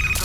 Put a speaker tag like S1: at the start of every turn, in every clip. S1: Tout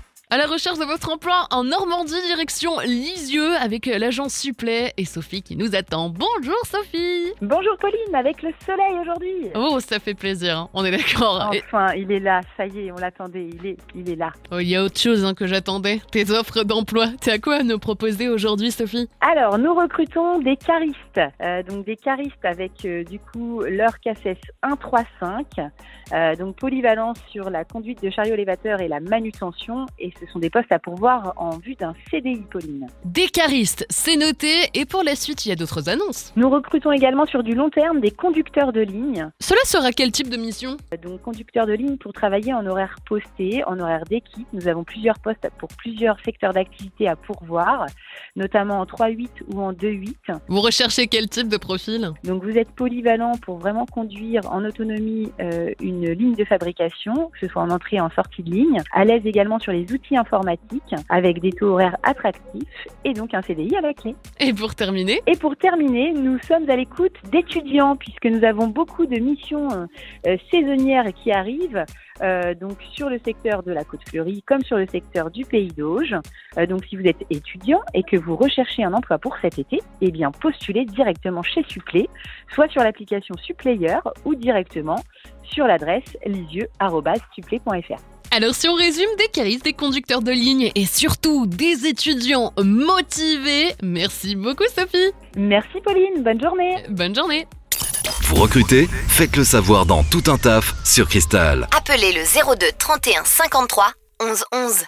S2: À la recherche de votre emploi en Normandie, direction Lisieux, avec l'agent Supplé et Sophie qui nous attend. Bonjour Sophie
S3: Bonjour Pauline, avec le soleil aujourd'hui.
S2: Oh, ça fait plaisir, hein. on est
S3: Ah.
S2: d'accord. Et-
S3: Enfin, il est là, ça y est, on l'attendait, il est, il est là.
S2: Oh, Il y a autre chose hein, que j'attendais, tes offres d'emploi. T'as quoi à nous proposer aujourd'hui Sophie
S3: Alors, nous recrutons des caristes, euh, donc des caristes avec euh, du coup leur KSS 135, euh, donc polyvalence sur la conduite de chariot élévateur et la manutention, et ce sont des postes à pourvoir en vue d'un CDI, Pauline.
S2: Des caristes, c'est noté, et pour la suite, il y a d'autres annonces.
S3: Nous recrutons également sur du long terme des conducteurs de ligne,
S2: Cela sera quel type de mission
S3: donc conducteur de ligne pour travailler en horaire posté, en horaire d'équipe. Nous avons plusieurs postes pour plusieurs secteurs d'activité à pourvoir, notamment en 3-8 ou en 2-8.
S2: Vous recherchez quel type de profil
S3: Donc vous êtes polyvalent pour vraiment conduire en autonomie euh, une ligne de fabrication, que ce soit en entrée et en sortie de ligne, à l'aise également sur les outils informatiques, avec des taux horaires attractifs et donc un CDI à la clé.
S2: Et pour terminer,
S3: Et pour terminer, nous sommes à l'écoute d'étudiants puisque nous avons beaucoup de missions euh, euh, saisonnières qui arrivent, euh, donc sur le secteur de la Côte Fleurie comme sur le secteur du Pays d'Auge. Euh, donc si vous êtes étudiant et que vous recherchez un emploi pour cet été, eh bien postulez directement chez Supplé, soit sur l'application Supplayer ou directement sur l'adresse lisieux@supplé.fr.
S2: alors si on résume, des caristes, des conducteurs de ligne et surtout des étudiants motivés. Merci beaucoup Sophie.
S3: Merci Pauline, bonne journée.
S2: Bonne journée.
S1: Vous recrutez Faites le savoir dans Tout un taf sur Cristal.
S4: Appelez le 02 31 53 11 11.